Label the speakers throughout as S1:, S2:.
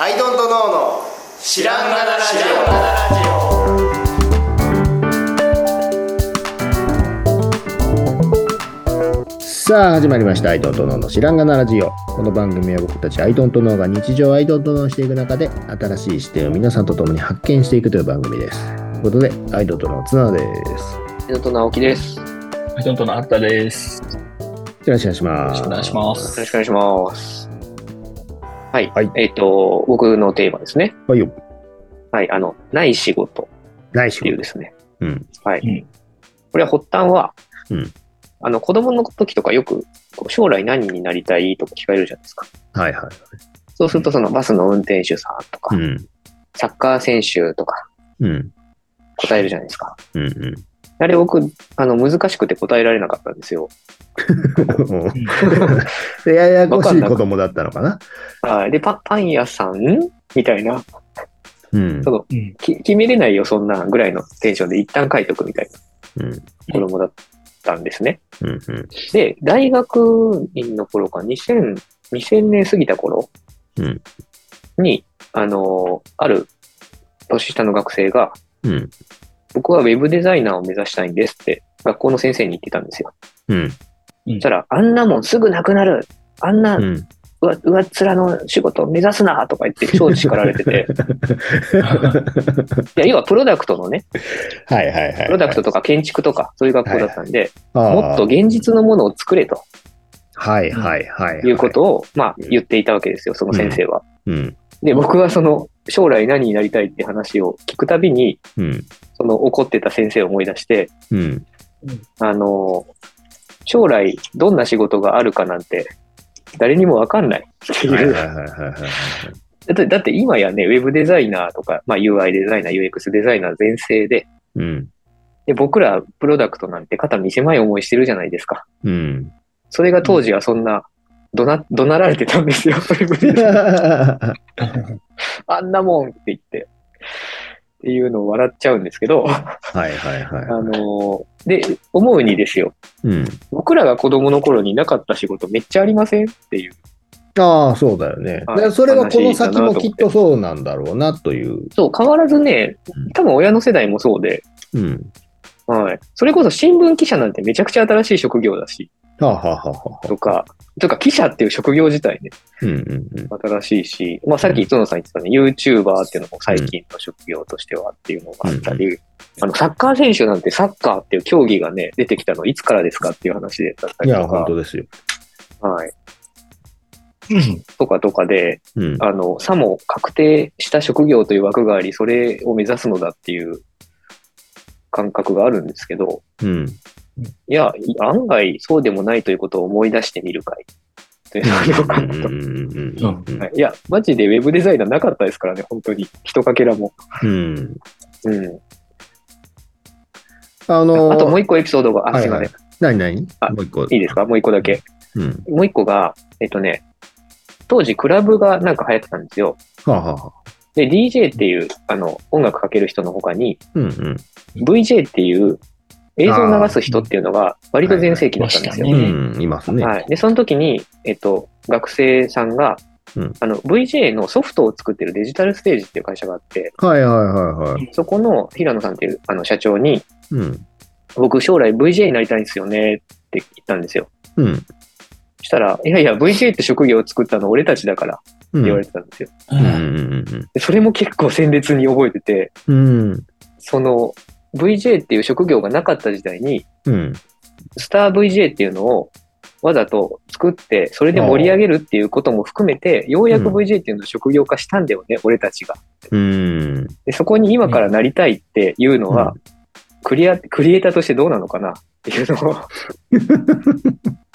S1: アイドントノーの知らんがなラジ
S2: さあ始まりました「アイドントノーの知らんがなラジオ」この番組は僕たちアイドントノーが日常をアイドントノーしていく中で新しい視点を皆さんと共に発見していくという番組ですということでアイドントノーツナです
S3: 江戸と直樹です。よ
S4: アイドントのあったです。
S2: よろしくお願いし
S4: よ
S2: ま
S4: ろ
S2: す
S4: しくお願いします。
S3: ろしくお願いします。はい。
S2: はい
S3: えっ、と、僕のテーマですね。
S2: はいよ
S3: はい。あの、ない仕事
S2: ナイ
S3: っ
S2: ス
S3: ていうですね。
S2: うん
S3: はい。
S4: うん
S3: これは発端は、
S2: うん
S3: あの、子供の時とかよく、こう将来何になりたいとか聞かれるじゃないですか。
S2: はいは
S3: そうすると、そのバスの運転手さんとか、
S2: いうん
S3: サッカー選手とか
S2: うん
S3: 答えるじゃないですか。
S2: うんうん
S3: あれ僕、あの、難しくて答えられなかったんですよ。
S2: で ややこしい子供だったのかな
S3: はい。で、パパン屋さんみたいな、
S2: うん
S3: その、
S4: うん
S3: き決めれないよ、そんなぐらいのテンションで一旦書いとくみたいな。
S2: うん
S3: 子供だったんですね。
S2: うんうん
S3: で、大学院の頃か、2000、2000年過ぎた頃
S2: うん
S3: に、あの、ある年下の学生が、
S2: うん
S3: 僕はウェブデザイナーを目指したいんですって、学校の先生に言ってたんですよ。
S2: うん
S3: そしたら、あんなもんすぐなくなるあんな
S2: うん
S3: 上上っ面の仕事を目指すなとか言って超叱られ てて、いや、要はプロダクトのね、
S2: はいはいはいはい
S3: プロダクトとか建築とか、そういう学校だったんで、
S2: あー
S3: もっと現実のものを作れと
S2: はいはいはいはい
S3: いうことを、まあ
S2: うん
S3: 言っていたわけですよ、その先生は。
S2: うん
S3: で、僕はその、将来何になりたいって話を聞くたびに、
S2: うん
S3: その怒ってた先生を思い出して、
S2: うん
S3: あの、将来どんな仕事があるかなんて、誰にもわかんないって
S2: はい
S3: いう。
S2: はいはいはいはいはい
S3: だってだって今やね、ウェブデザイナーとか、まあ UI デザイナー、UX デザイナー全盛で、
S2: うん
S3: で僕らプロダクトなんて肩身狭い思いしてるじゃないですか。
S2: うん。
S3: それが当時はそんな、怒鳴、怒鳴られてた んですよ、ウェブデザイナー
S2: は
S3: あんなもんって言って。っていうのを笑っちゃうんですけど、 あ
S2: いはいは
S3: ので、思うにですよ、
S2: い。うん。
S3: 僕らが子供の頃になかった仕事めっちゃありませんっていう。
S2: ああ、そうだよね。
S3: はい
S2: でそれはこの先もきっとそうなんだろうなという。
S3: そう、変わらずね
S2: うん、
S3: 多分親の世代もそうで、
S2: うん。
S3: はい。それこそ新聞記者なんてめちゃくちゃ新しい職業だし、
S2: はあ、はあはあはあ、
S3: とか、とか記者っていう職業自体ね、
S2: うんうんうん。
S3: 新しいし、まあさっき磯野さん言ってたね、YouTuber っていうのも最近の職業としてはっていうのがあったり、あの、サッカー選手なんてサッカーっていう競技がね、出てきたのいつからですかっていう話だった
S2: い
S3: り
S2: や、
S3: と
S2: 本
S3: か、
S2: 当ですよ。
S3: はい。
S4: うん
S3: とかとかで、
S2: うん。
S3: あの、さも確定した職業という枠があり、それを目指すのだっていう感覚があるんですけど、
S2: うん。
S3: いや、案外そうでもないということを思い出してみるかい。というのが
S2: う
S3: あ
S2: ん
S3: っ
S2: うん
S3: た
S2: うん
S4: う
S3: はいいや、マジでウェブデザイナーなかったですからね、本当に。一かけらも。
S2: うんうん。
S3: うん。
S2: あのー、
S3: あともう一個エピソードが、あ、
S2: は
S3: すい
S2: いは
S3: ま
S2: い
S3: せん。
S2: 何何
S3: あ
S2: もう一個。
S3: いいですかもう一個だけ。
S2: うん。
S3: もう一個が、えっとね、当時クラブがなんか流行ってたんですよ。
S2: はあ、はあはあ、
S3: で、DJ っていう、あの、音楽かける人の他に、
S2: うんうん。
S3: VJ っていう映像を流す人っていうのが割と全盛期だったんですよ。
S4: は
S3: は
S4: いう
S3: い
S4: ん
S2: うん、いますね。
S3: で、その時に、えっと、学生さんが、
S2: うん
S3: あの VJ のソフトを作ってるデジタルステージっていう会社があって、
S2: はいはいはいはい。
S3: そこの平野さんっていうあの社長に、
S2: うん。
S3: 僕将来 VJ になりたいんですよねって言ったんですよ。
S2: うん。
S3: そしたら、いやいや、VJ って職業を作ったの俺たちだからって
S2: うん。
S3: 言われてたんですよ。
S2: うんうん
S3: でそれも結構鮮烈に覚えてて、
S2: うん。うん。
S3: その VJ っていう職業がなかった時代に、
S2: うん。
S3: スター VJ っていうのをわざと作って、それで盛り上げるっていうことも含めて、ようやく
S2: うん
S3: VJ っていうのを職業化したんだよね、俺たちが。
S2: うん。
S3: で、そこに今からなりたいっていうのは、クリア、クリエイターとしてどうなのかなっていう のを、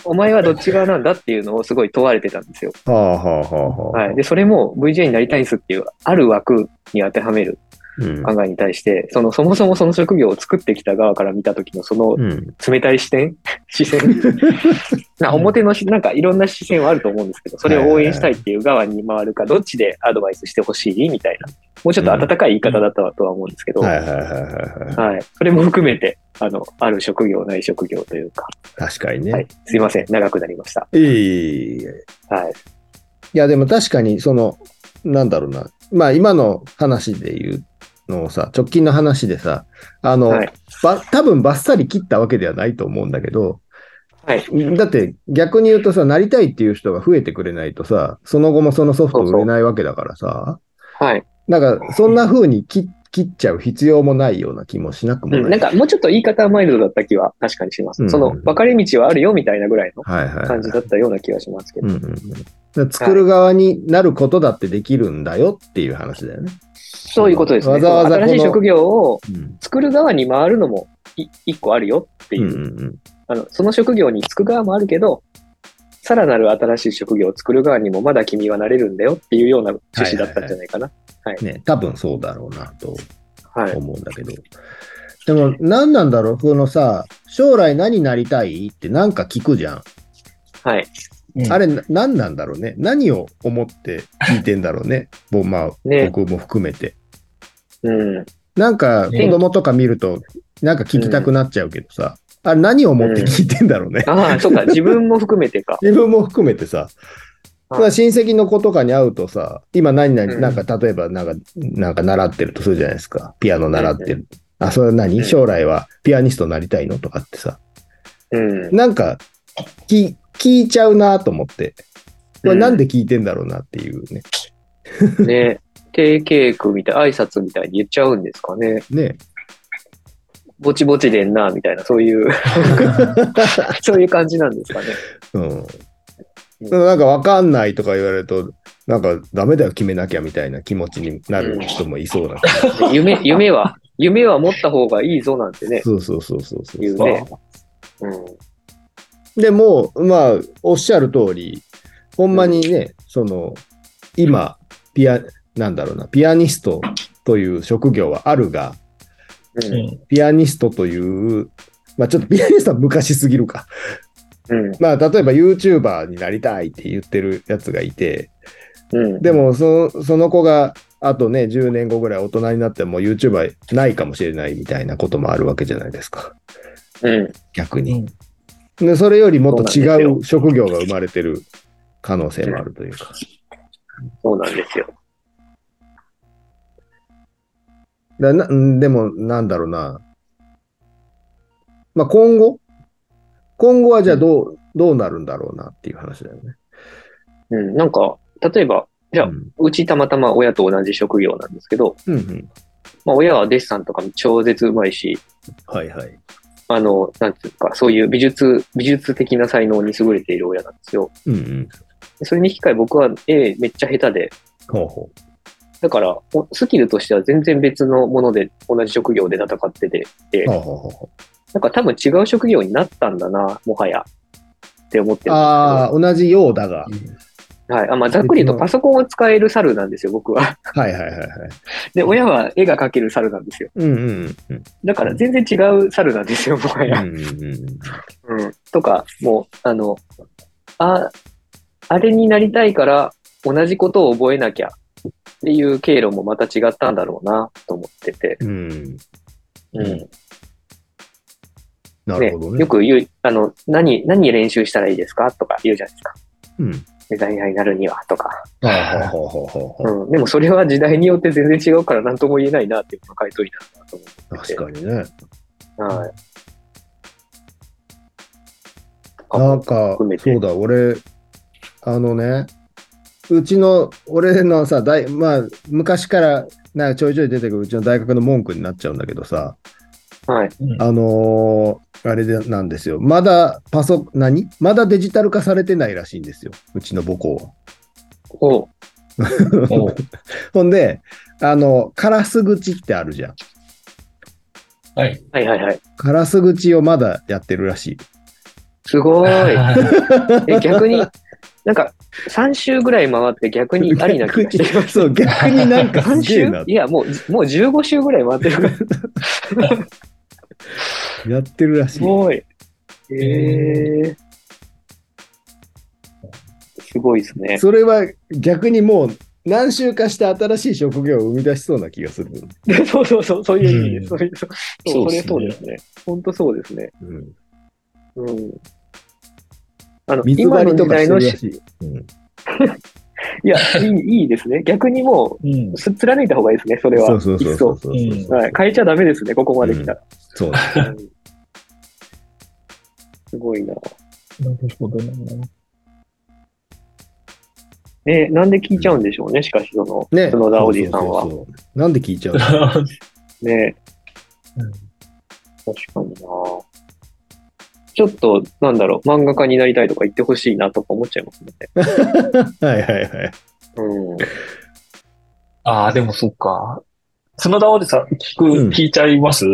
S3: お前はどっち側なんだっていうのをすごい問われてたんですよ。
S2: はあはあはあはあ。
S3: はい。で、それも VJ になりたいんですっていう、ある枠に当てはめる
S2: うん。
S3: 考えに対して、その、そもそもその職業を作ってきた側から見た時のその
S2: うん。
S3: 冷たい視点 視線な表のしなんかいろんな視線はあると思うんですけどそれを応援したいっていう側に回るかどっちでアドバイスしてほしいみたいなもうちょっと温かい言い方だったとは思うんですけど、
S2: はい
S3: は
S2: はいはいはいはい。
S3: い、それも含めてあのある職業ない職業というか、
S2: 確かにね。
S3: はいい、すいません長くなりました、
S2: えいえいえいえ
S3: はい
S2: いや、でも確かに、その、なんだろうな、まあ今の話で言うのをさ、直近の話でさ、あの、
S3: はい
S2: ば多分ばっさり切ったわけではないと思うんだけど、
S3: はい。
S2: だって逆に言うとさ、なりたいっていう人が増えてくれないとさ、その後もそのソフト売れないわけだからさ、
S3: はい。
S2: なんかそんな風に切切っちゃう必要もないような気もしなくも
S3: うん、
S2: な。
S3: ないんか、もうちょっと言い方はマイルドだった気は確かにします。
S2: うん
S3: その、分かれ道はあるよみたいなぐらいの
S2: はいはい。
S3: 感じだったような気がしますけど。
S2: うんうんうん、だから作る側になることだってできるんだよっていう話だよね。
S3: そういうことですね。
S2: わざわざこの
S3: 新しい職業を
S2: うん
S3: 作る側に回るのもい一個あるよっていうう、
S2: んうんうん
S3: あの、その職業に就く側もあるけど、さらなる新しい職業を作る側にもまだ君はなれるんだよっていうような趣旨だったんじゃないかな。
S2: ね、多分そうだろうなと
S3: はい。
S2: 思うんだけど。でも何なんだろうこのさ、将来何になりたいってなんか聞くじゃん。
S3: はい。
S2: あれな何なんだろうね何を思って聞いてんだろうね。もうまあ、
S3: ね
S2: 僕も含めて。
S3: うん。
S2: なんか子供とか見ると、なんか聞きたくなっちゃうけどさ、あれ何を思って聞いてんだろうね。。
S3: ああ、そう か。自分も含めてか
S2: 自分も含めてさ、
S3: はい
S2: まあ親戚の子とかに会うとさ、今何々、
S3: うん
S2: なんか例えばなんか、なんか習ってるとするじゃないですか。ピアノ習って
S3: う
S2: る。あ、それは
S3: う
S2: 何
S3: ん
S2: 将来はピアニストになりたいのとかってさ、
S3: うん。
S2: なんか聞聞いちゃうなと思って。これ
S3: うん
S2: なんで聞いてんだろうなっていうね。
S3: ね。定型句みたい、挨拶みたいに言っちゃうんですかね。
S2: ね。
S3: ぼちぼちでんな、みたいな、そう いう、そういう感じなんですかね。
S2: うん。
S3: うん
S2: なんかわかんないとか言われると、なんかダメだよ、決めなきゃみたいな気持ちになる人もいそうだけど。
S3: で夢、夢は、夢は持った方がいいぞなんてね、
S2: そうそうそうそうそう。
S3: 言うね。うん。
S2: でもう、まあ、おっしゃる通り、ほんまにね、その、今、ピア、なんだろうな、ピアニストという職業はあるが、
S3: うん。
S2: ピアニストという、まあちょっとピアニストは昔すぎるか。
S3: うん。
S2: まあ例えば YouTuber になりたいって言ってるやつがいて、
S3: うん。
S2: でもその、その子が、あとね、10年後ぐらい大人になっても YouTuber ないかもしれないみたいなこともあるわけじゃないですか。
S3: うん。
S2: 逆に。でそれよりもっと
S3: そうなん
S2: 違
S3: で
S2: う職業が生まれてる可能性もあるというか。
S3: そうなんですよ。
S2: だなうんでも、なんだろうな。まあ、今後今後はじゃあどう、どうなるんだろうなっていう話だよね。
S3: うん。なんか、例えば、じゃあ
S2: うん
S3: うちたまたま親と同じ職業なんですけど、
S2: うんうん。
S3: まあ親はデッサンとかも超絶うまいし、
S2: はいはい。
S3: あの、なんていうか、そういう美術、美術的な才能に優れている親なんですよ。
S2: うんうん。
S3: それに引き換え僕は絵めっちゃ下手で、
S2: ほうほ
S3: だから、おスキルとしては全然別のもので、同じ職業で戦ってて、
S2: う。ほうほうほうほ
S3: なんか多分違う職業になったんだな、もはや、って思っ
S2: う。
S3: てるん
S2: ああ、同じようだが。
S3: ですけど。はい。あまあ、ざっくり言うとパソコンを使える猿なんですよ、僕は。
S2: はいはいはいはい。
S3: で、親は絵が描ける猿なんですよ。
S2: うんうんうん。
S3: だから全然違う猿なんですよ、もは
S2: うんう
S3: や。
S2: んうん
S3: うん。とか、もう、あの、あ、あれになりたいから同じことを覚えなきゃっていう経路もまた違ったんだろうな、と思ってて。
S2: うん。うん。
S3: うん。
S2: なるほどね。
S3: よく言う、あの、何、何練習したらいいですかとか言うじゃないですか。
S2: うん。
S3: デザイナーになるには、とか。
S2: ほうほうほうほうほうほ
S3: うん。でもそれは時代によって全然違うから何とも言えないな、っていうのが回答になるなと思
S2: う。確かにね。
S3: って。はい。とか
S2: な
S3: も
S2: んか
S3: 含め、て
S2: そうだ、俺、あのね、うちの、俺のさ、大まあ、昔から、なんかちょいちょい出てくるうちの大学の文句になっちゃうんだけどさ、
S3: はい。
S2: あのーあれでなんですよ。まだパソ、何まだデジタル化されてないらしいんですよ。うちの母校は。
S3: お
S4: おう
S2: ほんで、あの、カラス口ってあるじゃん。
S4: はい。
S3: はいはいはい。
S2: カラス口をまだやってるらしい。
S3: すごい。 え逆に、なんか、3週ぐらい回って逆にありな気がしています。
S2: そう、逆になんかす
S3: 3
S2: げえ
S3: 週
S2: な。
S3: いや、もう、もう15週ぐらい回って るから、
S2: やってるらし
S3: す
S2: い。
S3: ごい。えー、すごいですね。
S2: それは逆にもう何週かして新しい職業を生み出しそうな気がする。
S3: そうそうそう、そういう意味です。
S4: う
S3: そういうそうそう、それそうですね。本当そうですね。
S2: うん、
S3: うん。あの、
S2: 水
S3: 今
S2: 張
S3: の
S2: りと
S3: 時
S2: か
S3: 代
S2: して
S3: の
S2: るら
S3: し、
S2: しい。うん
S3: いや、いいいいですね。逆にも
S4: うん
S3: う、。す貫いた方がいいですね、それは。
S2: そうそうそうそうそう
S4: いっ
S2: そう
S4: そ
S3: はい、変えちゃダメですね、ここまで来たら。
S2: そう
S3: うんすごいな。
S4: なるほどね。
S3: ね、なんで聞いちゃうんでしょうね、しかし、その、
S2: ね
S3: 角田おじさんは
S2: そう。そうそうそうなんで聞いち ゃうの
S3: ね、
S4: うん
S3: 確かにな。ちょっと、なんだろう、漫画家になりたいとか言ってほしいなとか思っちゃいますね。
S2: はいはいはい。
S3: うん。
S4: ああ、でもそっか。角田おじさん、聞く、
S2: うん
S4: 聞いちゃいます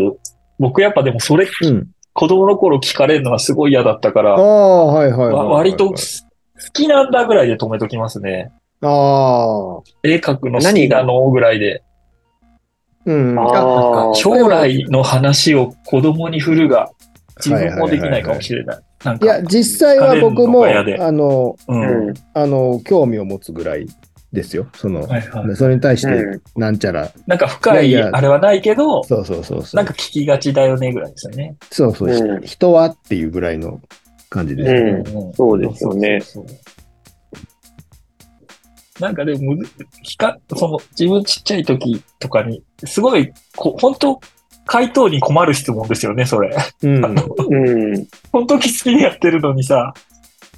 S4: 僕やっぱでもそれ、
S2: うん。
S4: 子供の頃聞かれるのはすごい嫌だったか
S2: あ
S4: ら、
S2: あ、はいはいはいは
S4: わ
S2: い。
S4: 割と好きなんだぐらいで止めときますね。
S2: ああ。
S4: 絵描くの好きなのぐらいで。
S2: うん。あ
S3: ああ、
S4: 将来の話を子供に振るが、自分もできないかもしれない。なん
S2: い
S4: か
S2: や、実際は僕
S4: 聞
S2: も、
S4: かれるのが嫌で
S2: あの、
S4: うん。
S3: うん。
S2: あの、興味を持つぐらいですよ。その、
S4: はいはい。
S2: それに対して、
S3: う
S2: なんちゃら、
S4: なんか深
S2: い
S4: い、
S2: やいや
S4: あれはないけど、
S2: そうそうそうそう。
S4: なんか聞きがちだよねぐらいですよね。
S2: そうそう、
S3: うん
S2: 人はっていうぐらいの感じです。
S3: ん。そうですよね
S4: そうそうそう。なんかでもむず、ひか、その、自分ちっちゃい時とかに、すごい、こ本当回答に困る質問ですよね、それ。
S2: うん。
S3: ん。うん。
S4: 本当に好きでやってるのにさ、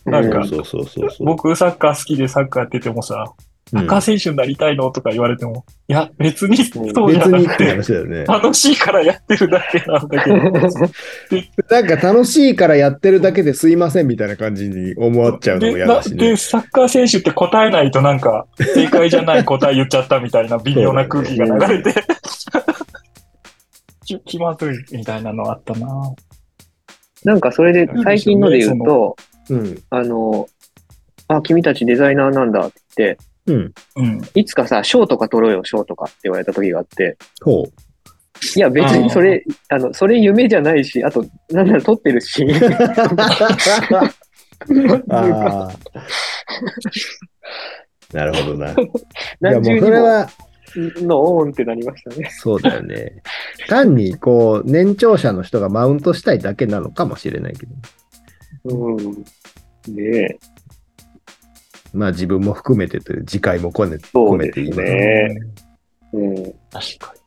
S4: なんか
S2: そうそうそうそう。
S4: 僕サッカー好きでサッカーやっててもさ、
S2: うん
S4: サッカー選手になりたいのとか言われても、いや、別にそうじゃ
S2: 別
S4: な
S2: にっ
S4: く
S2: て
S4: て、
S2: 話だよね。
S4: 楽しいからやってるだけなんだ けど、
S2: なんか楽しいからやってるだけですいませんみたいな感じに思っちゃうのも
S4: で
S2: 嫌
S4: な
S2: だし
S4: で、
S2: ね。
S4: サッカー選手って答えないとなんか、正解じゃない答え言っちゃったみ たいな微妙な空気が流れて、 き気まずいみたいなのあったな
S3: なんかそれで、最近ので言うと、
S2: うん。
S3: あの、あ、君たちデザイナーなんだって言っ
S2: うん。
S4: うん。
S3: て、いつかさ、賞とか取ろうよ、賞とかって言われた時があって、
S2: ほ
S3: いや、別にそれ、あの、それ夢じゃないし、あと、なんなら取ってるし、
S2: う。ああ。なるほどな。いやも
S3: 何重
S2: う
S3: に
S2: それ
S3: も、
S2: は、
S3: のオーンってなりましたね。
S2: そうだよね。単に、こう、年長者の人がマウントしたいだけなのかもしれないけど。
S3: うん。ねえ。
S2: まあ自分も含めてという、次回も込めて、
S3: そ
S2: 込
S3: う
S2: め
S3: で
S2: て
S3: す
S2: います。
S3: ね。うん。
S4: 確かに。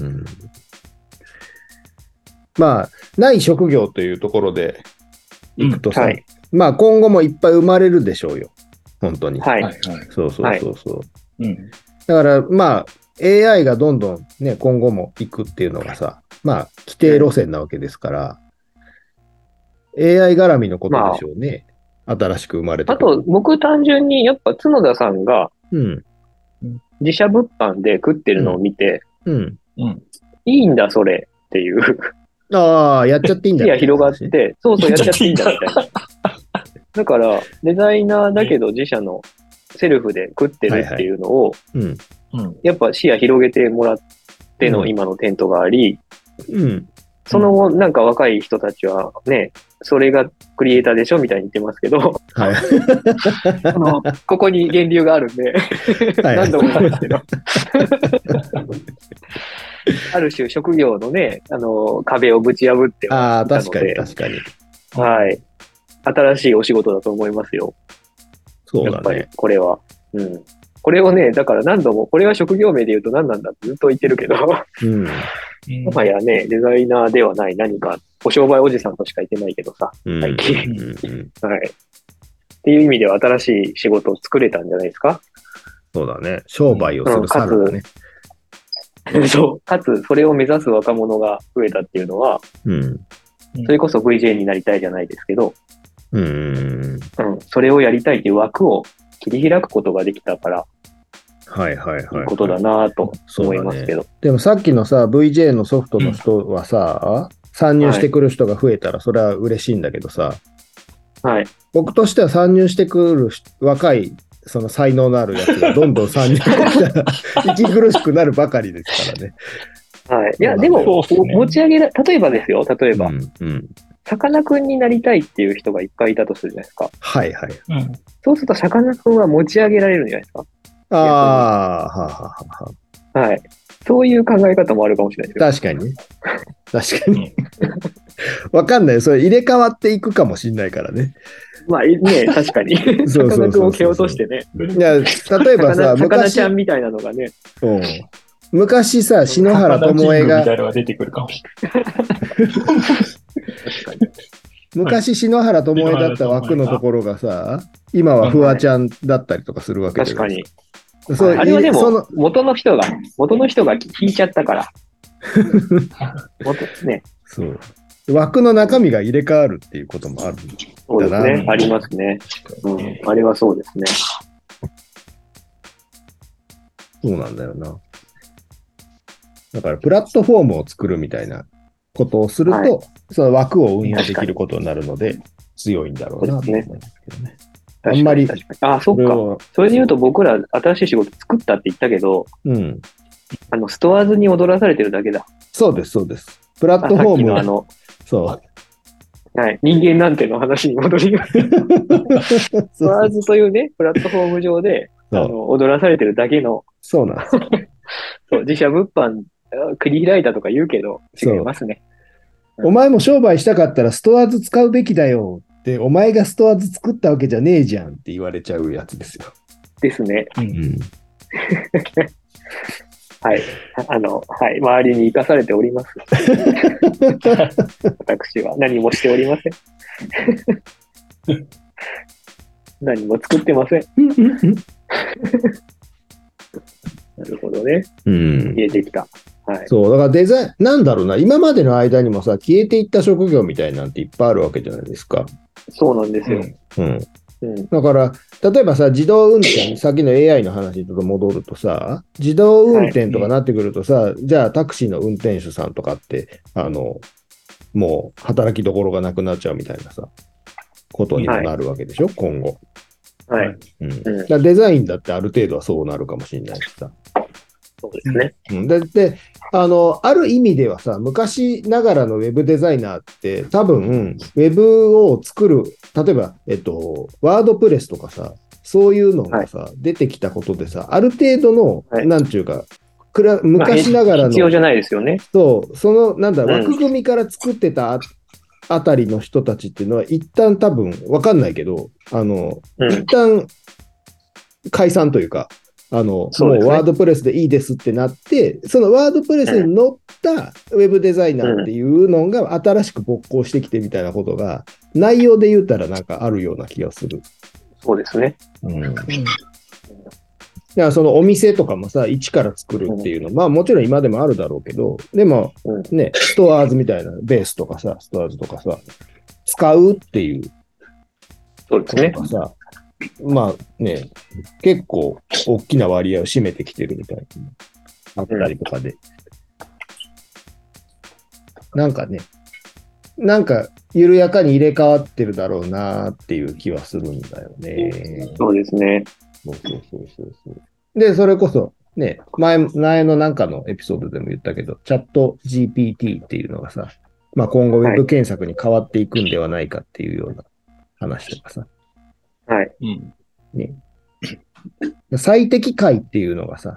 S2: うんまあ、ない職業というところでいくとさ、
S3: はい。
S2: まあ今後もいっぱい生まれるでしょうよ。本当に。
S3: はい。
S4: はいはい。
S2: そうそうそうそう。
S4: うん。
S2: だからまあ AI がどんどんね、今後も行くっていうのがさ、まあ規定路線なわけですから、AI 絡みのことでしょうね。新しく生まれた
S3: あと、、僕単純に、やっぱ角田さんが
S2: うん、
S3: 自社物販で食ってるのを見て、
S2: うん。
S4: うん。
S3: いいんだ、それっていう。
S2: ああ、やっちゃっていいんだ
S3: 視野広がっ。て、そうそう、
S4: や
S3: や
S4: っ
S3: っちゃ
S4: ちゃっ
S3: ってて
S4: い
S3: い
S4: い
S3: い
S4: ん
S3: ん
S4: だ
S3: だみたいな。だから、デザイナーだけど自社のセルフで食ってるっていうのを、
S2: うん。
S4: うん。
S3: やっぱ視野広げてもらって
S2: う
S3: の
S2: ん
S3: 今の店頭があり、
S2: うん。
S3: その後、なんか若い人たちはね、それがクリエイターでしょみたいに言ってますけど、
S2: はい。
S3: そのここに源流があるんで、
S2: はい
S3: 何度も言うんですけど。ある種、職業のね、あの、壁をぶち破って
S2: あ
S3: は、
S2: あ、
S3: なの
S2: 確
S3: で
S2: かに確かに。
S3: はい。新しいお仕事だと思いますよ。
S2: そう
S3: や
S2: だ
S3: っぱ
S2: ね
S3: り。、これは。うん。これをね、だから何度も、これは職業名で言うと何なんだってずっと言ってるけど、
S2: うん。
S4: うん
S3: もはやね、デザイナーではない何か、お商売おじさんとしか言ってないけどさ、
S2: うん
S3: 最近
S2: うんうん
S3: はい。っていう意味では新しい仕事を作れたんじゃないですか
S2: そうだね。商売をする猿だね。
S3: そう。かつ、それを目指す若者が増えたっていうのは、
S2: うん。
S3: それこそ VJ になりたいじゃないですけど、
S2: うんうん。
S3: うん、それをやりたいっていう枠を切り開くことができたから、
S2: はいはい
S3: い
S2: はいい。
S3: ことだなぁと
S2: そう
S3: 思い
S2: だ
S3: ますけ
S2: ね。
S3: ど。
S2: でもさっきのさ、VJ のソフトの人はさ、参入してくる人が増えたらそれは嬉しいんだけどさ、
S3: はい。
S2: 僕としては参入してくる人若い、その才能のあるやつがどんどん参入してきたら、 息苦しくなるばかりですからね。
S3: はい。いや、
S2: そうな
S3: で
S2: んだよ
S3: も、お
S4: そうですね
S3: 持ち上げら、例えばですよ、例えば、
S2: うんうん。
S3: さかなクンになりたいっていう人がいっぱいいたとするじゃないですか。
S2: はいはい。
S4: うん。
S3: そうすると、さかなクンは持ち上げられるんじゃないですか。
S2: ああ、はあはあはあはあ。
S3: はい。そういう考え方もあるかもしれないですよ。
S2: 確かにね。確かに。わかんない。それ入れ替わっていくかもしんないからね。
S3: まあね、 確かに。
S2: そうそうそうそう
S3: 魚くんを蹴落としてね。
S2: いや、例えばさ、
S3: 魚魚
S2: 昔
S3: ちゃ、んみたいなのがね。
S2: うん昔さ、篠原智恵
S4: みたいな
S2: が、
S4: のが出てくるかもしれ
S2: 昔篠原智恵だった枠のところがさ、今はフワちゃんだったりとかするわけじ
S3: 確
S2: ゃな
S3: か
S2: い
S3: に
S2: で。すか。そう
S3: あれはで
S2: その
S3: も、元の人が、元の人が引いちゃっ たから。元ね、
S2: そう。枠の中身が入れ替わるっていうこともある。
S3: そうです
S2: だ
S3: ね。
S4: な
S3: ありますね。
S4: な
S3: う
S4: い。ね
S3: ん。あれはそうですね。
S2: そうなんだよな。だから、プラットフォームを作るみたいなことをすると、
S3: はい
S2: その枠を運用できることになるので、強いんだろうなと思いますけどね。あんまり
S3: 確かに。確かにあ、そっ
S2: れ
S3: か。
S2: を
S3: それで言うと僕ら新しい仕事作ったって言ったけど、
S2: うん。
S3: あの、ストアーズに踊らされてるだけだ。
S2: そうです、そうです。プラッ
S3: あ
S2: ト
S3: さ
S2: フォ
S3: っ
S2: ー
S3: き
S2: ムを
S3: のあの、
S2: そ
S3: はい、人間なんての話に戻ります。
S2: う。
S3: ストアーズというね、プラットフォーム上で、あ
S2: そう
S3: の、踊らされてるだけの、
S2: そうなんです。
S3: そう自社物販、あ繰り開いたとか言うけど、違
S2: そう
S3: いますね。
S2: お前も商売したかったらストアーズ使うべきだよって、お前がストアーズ作ったわけじゃねえじゃんって言われちゃうやつですよ。
S3: ですね。
S2: うん、
S3: はい。あの、はい。周りに生かされております。 私は何もしておりません。 何も作ってません。なるほどね。
S2: うん
S3: 見えてきた。はい。
S2: そう、だからデザイン、なんだろうな、今までの間にもさ、消えていった職業みたいなんていっぱいあるわけじゃないですか。
S3: そうなんです
S4: う
S3: よ。
S4: ん
S2: うん。
S3: うん。
S2: だから、例えばさ、自動運転、さっきの AI の話にちょっと戻るとさ、自動運転とかなってくるとさ、じゃあタクシーの運転手さんとかって、あの、もう働きどころがなくなっちゃうみたいなさ、ことにもなるわけでしょ、今後。
S3: はい。
S2: うん。
S3: うん
S2: だからデザインだってある程度はそうなるかもしれないしさ。
S3: そうですね。
S2: うん、だってあの、ある意味ではさ、昔ながらのウェブデザイナーって、多分、ウェブを作る、例えば、えっと、ワードプレスとかさ、そういうのがさ、出てきたことでさ、ある程度の、
S3: はい
S2: なんちゅうか、くら昔ながら
S3: 必要
S2: の、
S3: じゃないですよね。
S2: そう、その、なんだ、
S3: うん
S2: 枠組みから作ってたああたりの人たちっていうのは、一旦多分、わかんないけど、あの、
S3: うん
S2: 一。旦解散というか、あの
S3: そ
S2: も
S3: うですね
S2: うワードプレスでいいですってなって、そのワードプレスに乗ったウェブデザイナーっていうのが新しく勃興してきてみたいなことが、内容で言うたらなんかあるような気がする。
S3: そうですね。
S2: うんだからそのお店とかもさ、一から作るっていうの、まあもちろん今でもあるだろうけど、でも
S3: うん
S2: ね、ストアーズみたいな、ベースとかさ、ストアーズとかさ、使うっていう
S3: そうですね。
S2: とかさ、まあね、結構大きな割合を占めてきてるみたいな、あったりとかで。なんかね、なんか緩やかに入れ替わってるだろうなっていう気はするんだよね。
S3: そうですね。
S2: そうそうそうそうそう。で、それこそ、ね、前、前のなんかのエピソードでも言ったけど、チャット GPT っていうのがさ、まあ今後ウェブ検索に変わっていくんではないかっていうような話とかさ、
S4: うん。
S2: 最適解っていうのがさ、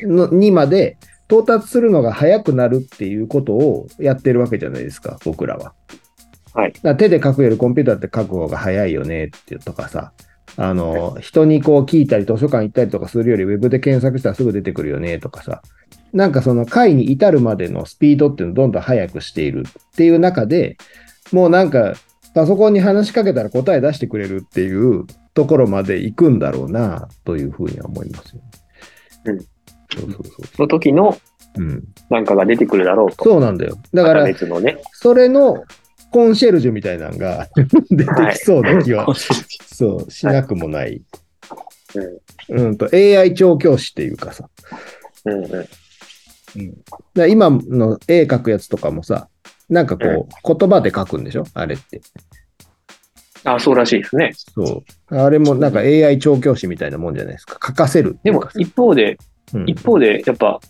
S2: のにまで到達するのが早くなるっていうことをやってるわけじゃないですか、僕らは。
S3: はい
S2: だから手で書くよりコンピューターって書く方が早いよねっていうとかさ、あの、人にこう聞いたり図書館行ったりとかするよりウェブで検索したらすぐ出てくるよねとかさ、なんかその解に至るまでのスピードっていうのをどんどん速くしているっていう中で、もうなんかパソコンに話しかけたら答え出してくれるっていうところまで行くんだろうなというふうには思いますよ、ね。
S3: うん。
S2: そうそうそ
S3: その時の
S2: う。うん。
S3: なんかが出てくるだろうと。
S2: そうなんだよ。だか
S3: また
S2: ら、
S3: 別のね。
S2: それのコンシェルジュみたいなのが出てきそうな気は、そう、しなくもない。
S3: うん。
S2: うんと、AI 調教師っていうかさ、
S3: うんうん。
S2: だから今の絵描くやつとかもさ、なんかこう、言葉で描くんでしょあれって。
S3: あ、そうらしいですね。
S2: そう。あれもなんか AI 調教師みたいなもんじゃないですか。書かせるって
S3: で
S2: いう
S3: も
S2: かさ。
S3: 一方で、
S2: うん
S3: 一方で、やっぱ、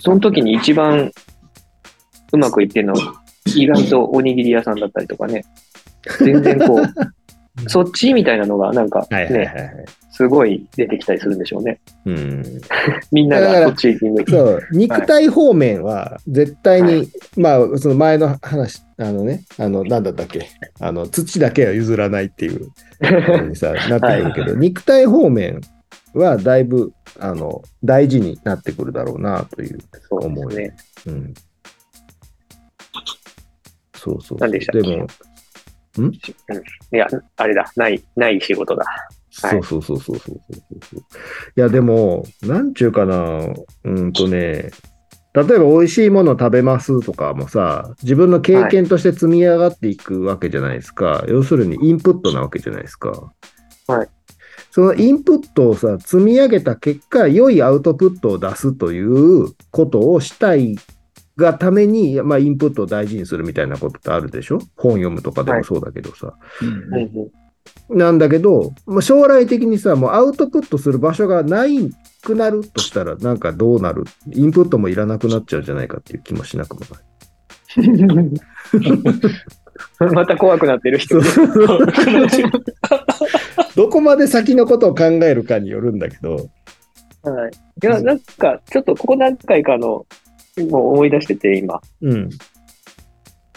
S3: その時に一番うまくいってるのは、意外とおにぎり屋さんだったりとかね、全然こう、 そっちみたいなのが、なんか
S2: はいはいはい
S3: ね、
S2: はい。
S3: すごい出てきたりするんでしょうね。
S2: うん。
S3: みんな
S2: だか
S3: が
S2: ら
S3: こっちに向いて。
S2: そう、肉体方面は絶対に、まあ、その前の話、あのね、あの、なんだったっけ、あの、土だけは譲らないっていうのにさ、なってくるけど、肉体方面はだいぶ、あの、大事になってくるだろうなという。
S3: そうですね。
S2: うん。そうそうそう。
S3: 何でしたっけ
S2: でも、
S3: いや、あれだ、ない、ない仕事だ。は
S2: そ
S3: いう
S2: そうそうそうそうそうそう。いや、でも、なんちゅうかな、うーんとね、例えば美味しいもの食べますとかもさ、自分の経験として積み上がっていくわけじゃないですか。要するにインプットなわけじゃないですか。
S3: はい。
S2: そのインプットをさ、積み上げた結果、良いアウトプットを出すということをしたいがために、まあ、インプットを大事にするみたいなことってあるでしょ本読むとかでもそうだけどさ。
S4: うん
S3: うんうん
S2: なんだけど、まあ、将来的にさ、もうアウトプットする場所がないくなるとしたら、なんかどうなるインプットもいらなくなっちゃうんじゃないかっていう気もしなくもない。
S3: また怖くなってる人。
S2: どこまで先のことを考えるかによるんだけど、
S3: はい。いや、なんか、ちょっとここ何回かの、もう思い出してて、今。
S2: うん、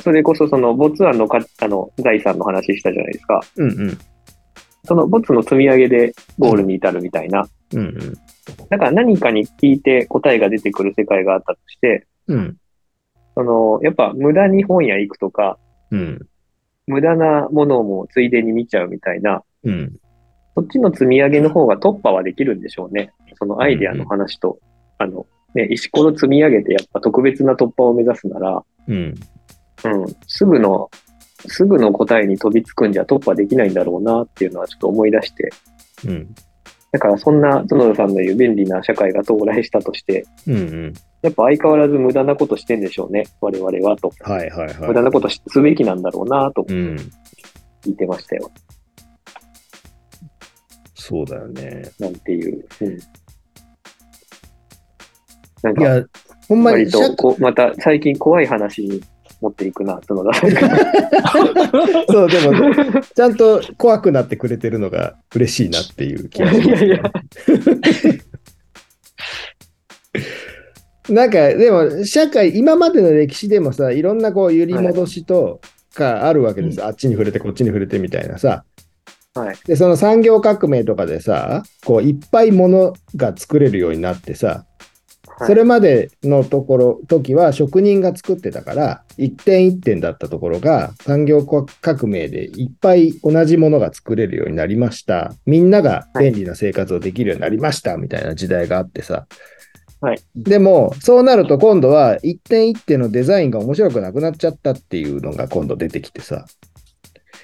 S3: それこそ、その、ボツ案のか、あの、財産の話したじゃないですか。
S2: うん、うん、
S3: その、ボツの積み上げでゴールに至るみたいな。
S2: うん、
S3: だから何かに聞いて答えが出てくる世界があったとして、
S2: うん、
S3: その、やっぱ無駄に本屋行くとか、
S2: うん、
S3: 無駄なものもついでに見ちゃうみたいな、
S2: うん、
S3: そっちの積み上げの方が突破はできるんでしょうね。そのアイデアの話と、あの、ね、石ころ積み上げてやっぱ特別な突破を目指すなら、
S2: うん、
S3: うん、すぐの、すぐの答えに飛びつくんじゃ突破できないんだろうなっていうのはちょっと思い出して、
S2: うん、
S3: だからそんな角田さんの言う便利な社会が到来したとして、
S2: うん、
S3: やっぱ相変わらず無駄なことしてんでしょうね、我々はと。
S2: はいはい
S3: 無
S2: は
S3: 駄なことしすべきなんだろうなと
S2: い。うん、
S3: 聞いてましたよ、
S2: そうだよね。
S3: なんていう。うん、なん
S2: い
S3: か、
S2: や、ほんまに
S3: 割
S2: 社
S3: とこう、また最近怖い話に持っていくな、角田さんが。
S2: そう、でも、ちゃんと怖くなってくれてるのが嬉しいなっていう気がします、ね。
S3: いやいや
S2: なんか、でも、社会、今までの歴史でもさ、いろんなこう、揺り戻しとかあるわけです。あっちに触れて、こっちに触れてみたいなさ。
S3: はい
S2: で、その産業革命とかでさ、こう、いっぱいものが作れるようになってさ、
S3: はい
S2: それまでのところ、時は職人が作ってたから、一点一点だったところが、産業革命でいっぱい同じものが作れるようになりました。みんなが便利な生活をできるようになりました、みたいな時代があってさ。
S3: はい
S2: でも、そうなると今度は一点一点のデザインが面白くなくなっちゃったっていうのが今度出てきてさ。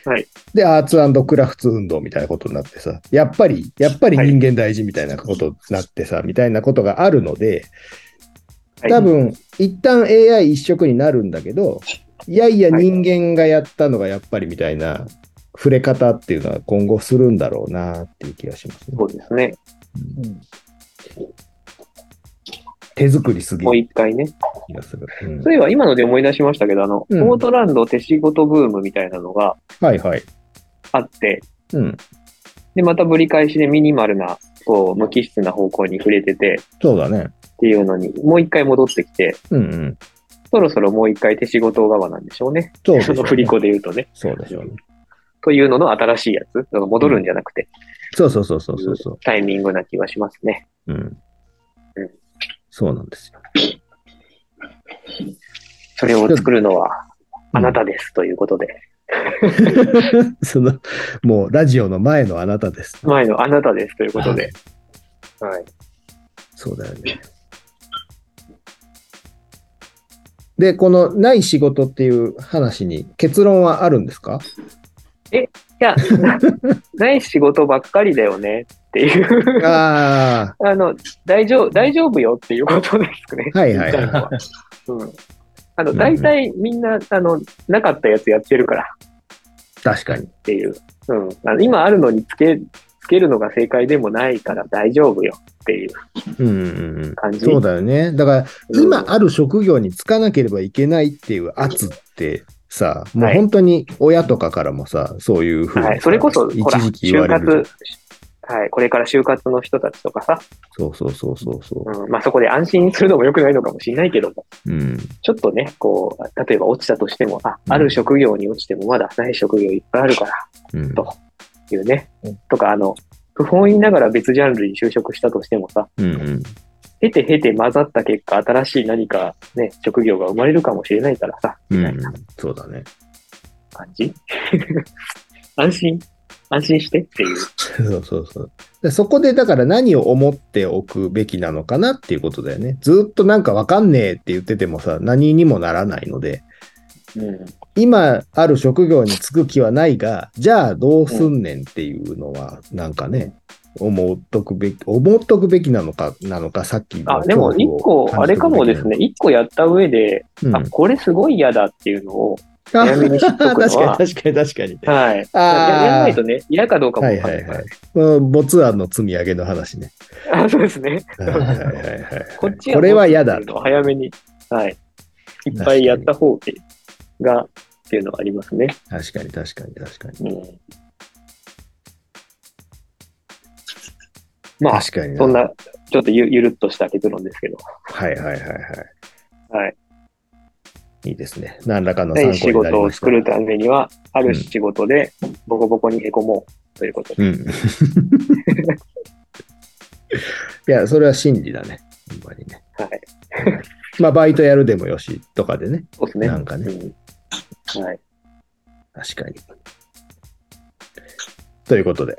S3: はい
S2: で、アーツクラフツ運動みたいなことになってさ、やっぱり、やっぱり人間大事みたいなことになってさ、みたいなことがあるので、
S3: はい
S2: 多分一旦 AI 一色になるんだけど、いやいや
S3: はい
S2: 人間がやったのがやっぱりみたいな触れ方っていうのは今後するんだろうなっていう気がしますね
S3: そ。うですね。
S2: 手作りすぎ
S3: もう
S2: る
S3: 一回ね。
S2: 気がする。うん
S3: そういえば今ので思い出しましたけど、あの、
S2: うん
S3: ポートランド手仕事ブームみたいなのが
S2: はいはい。
S3: あって、
S2: うん。
S3: で、またぶり返しでミニマルな、こう、無機質な方向に触れてて
S2: そうだね。
S3: っていうのに、もう一回戻ってきて、
S2: うんうん。
S3: そろそろもう一回手仕事側なんでしょうね。
S2: そうでし
S3: そ
S2: ょう
S3: の
S2: ね
S3: 振り子で言うとね。
S2: そうでしょうね。
S3: というのの新しいやつ、戻るんじゃなくて、
S2: そうそうそうそうそうそ
S3: タイミングな気がしますね。
S2: う。うん
S3: うん。
S2: そうなんですよ。
S3: それを作るのは、あなたですということで、
S2: その、もうラジオの前のあなたです。
S3: 前のあなたですということで、はい。
S2: そうだよね。で、このない仕事っていう話に結論はあるんです か
S3: いや、 なない仕事ばっかりだよねっていう、
S2: あ
S3: あの、大丈夫、大丈夫よっていうことですね。
S2: あ、はいはい
S3: 言いたい
S2: は
S3: のは。うん。あの、
S2: うん
S3: 大体みんな、あの、なかったやつやってるから
S2: い。確かに。
S3: っていう。うん。あの今あるのにつけ、つけるのが正解でもないから大丈夫よっていう
S2: うんうんう ん。
S3: 感じ。
S2: そうだよね。だから、
S3: うん
S2: 今ある職業に就かなければいけないっていう圧って、さ、もう
S3: はい
S2: 本当に親とかからもさ、そういうふうにさ、
S3: はい、それこそ、ほら、
S2: 一時期言わ
S3: 就
S2: れる
S3: 活、はい、これから就活の人たちとかさ、
S2: じゃん。そうそうそうそうそ
S3: うん、まあそこで安心するのも良くないのかもしれないけども、
S2: う。うん。
S3: ちょっとね、こう、例えば落ちたとしても、あ、
S2: うん
S3: ある職業に落ちてもまだない職業いっぱいあるから、
S2: うん。
S3: とっていうね
S4: うん、
S3: とか、あの、不本意ながら別ジャンルに就職したとしてもさ、
S2: うんうん。
S3: 経て経て混ざった結果、新しい何かね、職業が生まれるかもしれないからさ、
S2: う
S3: み
S2: んう
S3: たい
S2: ん
S3: な。
S2: そうだね。
S3: 感じ 安心安心してっていう。
S2: そうそうそう。でそこでだから何を思っておくべきなのかなっていうことだよね。ずっとなんかわかんねえって言っててもさ、何にもならないので、
S3: うん。
S2: 今ある職業に就く気はないが、じゃあどうすんねんっていうのは、なんかね、思っとくべき、思っとくべきなのか、なのか、さっきの
S3: あ、でも一個、あれかもですね、一個やった上で、
S2: うん。
S3: あ、これすごい嫌だっていうのを、
S2: あ
S3: 早めに知っとくのは
S2: 確かに確かに確か に。
S3: はい。や
S2: あー
S3: やらないとね、嫌かどうかも
S2: は
S3: わ
S2: い
S3: かん
S2: は
S3: ないいか
S2: は
S3: ら
S2: い。この没案の積み上げの話ね。
S3: あ、そうですね。
S2: はいはいはいはい。
S3: こっち
S2: これは嫌だ
S3: もうちょっと早めに、はい。いっぱいやった方が、っていうのはありますね。
S2: 確かに確かに確かに。
S3: うん。まあ、
S2: 確かに
S3: そんな、ちょっとゆゆるっとした結論ですけど。
S2: はいはいはいは
S3: はい。
S2: い。いいですね。何らかの参考
S3: 仕
S2: になり
S3: 事を
S2: ました。
S3: 作るためには、ある仕事でボコボコにへこもうということで。
S2: うん。 いや、それは真理だね。ほんまにね。
S3: はい。
S2: まあ、バイトやるでもよしとかでね。
S3: そうですね。
S2: なんかね。
S3: うんはい。
S2: 確かに。ということで。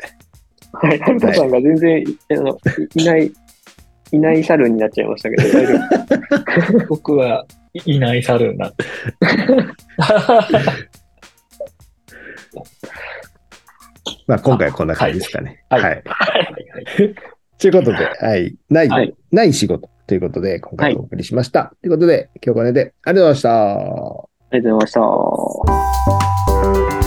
S3: はい。春田さんが全然、あのいいない、いない猿になっちゃいましたけど、大丈夫です
S4: 僕はいい ない猿に なって。
S2: まあ、今回はこんな感じですかね。
S4: はい
S2: はい。ということで、はい。ない、
S3: はい
S2: ない仕事ということで、今回お送りしました。ということで、今日これでありがとうございました。
S3: ありがとうございました。